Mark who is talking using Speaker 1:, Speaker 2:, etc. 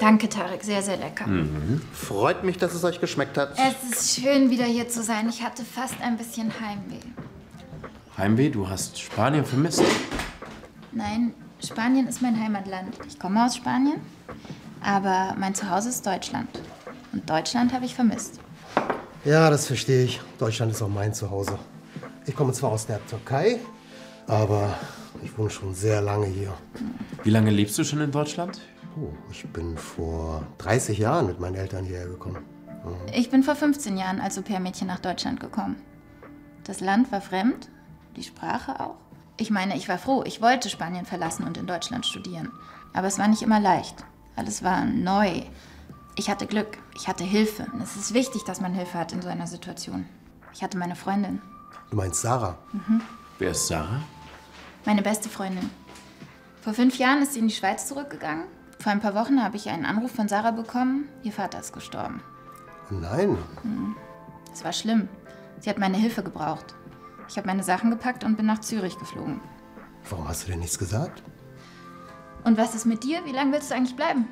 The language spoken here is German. Speaker 1: Danke, Tarek. Sehr, sehr lecker.
Speaker 2: Freut mich, dass es euch geschmeckt hat.
Speaker 1: Es ist schön, wieder hier zu sein. Ich hatte fast ein bisschen Heimweh.
Speaker 3: Heimweh, du hast Spanien vermisst.
Speaker 1: Nein, Spanien ist mein Heimatland. Ich komme aus Spanien, aber mein Zuhause ist Deutschland. Und Deutschland habe ich vermisst.
Speaker 4: Ja, das verstehe ich. Deutschland ist auch mein Zuhause. Ich komme zwar aus der Türkei, aber ich wohne schon sehr lange hier.
Speaker 3: Wie lange lebst du schon in Deutschland?
Speaker 4: Oh, ich bin vor 30 Jahren mit meinen Eltern hierher gekommen.
Speaker 1: Ich bin vor 15 Jahren als Au-pair-Mädchen nach Deutschland gekommen. Das Land war fremd, die Sprache auch. Ich meine, ich war froh, ich wollte Spanien verlassen und in Deutschland studieren. Aber es war nicht immer leicht. Alles war neu. Ich hatte Glück, ich hatte Hilfe. Und es ist wichtig, dass man Hilfe hat in so einer Situation. Ich hatte meine Freundin,
Speaker 4: Du meinst Sarah?
Speaker 3: Wer ist Sarah?
Speaker 1: meine beste Freundin. Vor fünf Jahren ist sie in die Schweiz zurückgegangen. Vor ein paar Wochen habe ich einen Anruf von Sarah bekommen. Ihr Vater ist gestorben.
Speaker 4: Nein.
Speaker 1: Es war schlimm. Sie hat meine Hilfe gebraucht. Ich habe meine Sachen gepackt und bin nach Zürich geflogen.
Speaker 4: Warum hast du denn nichts gesagt?
Speaker 1: Und was ist mit dir? Wie lange willst du eigentlich bleiben?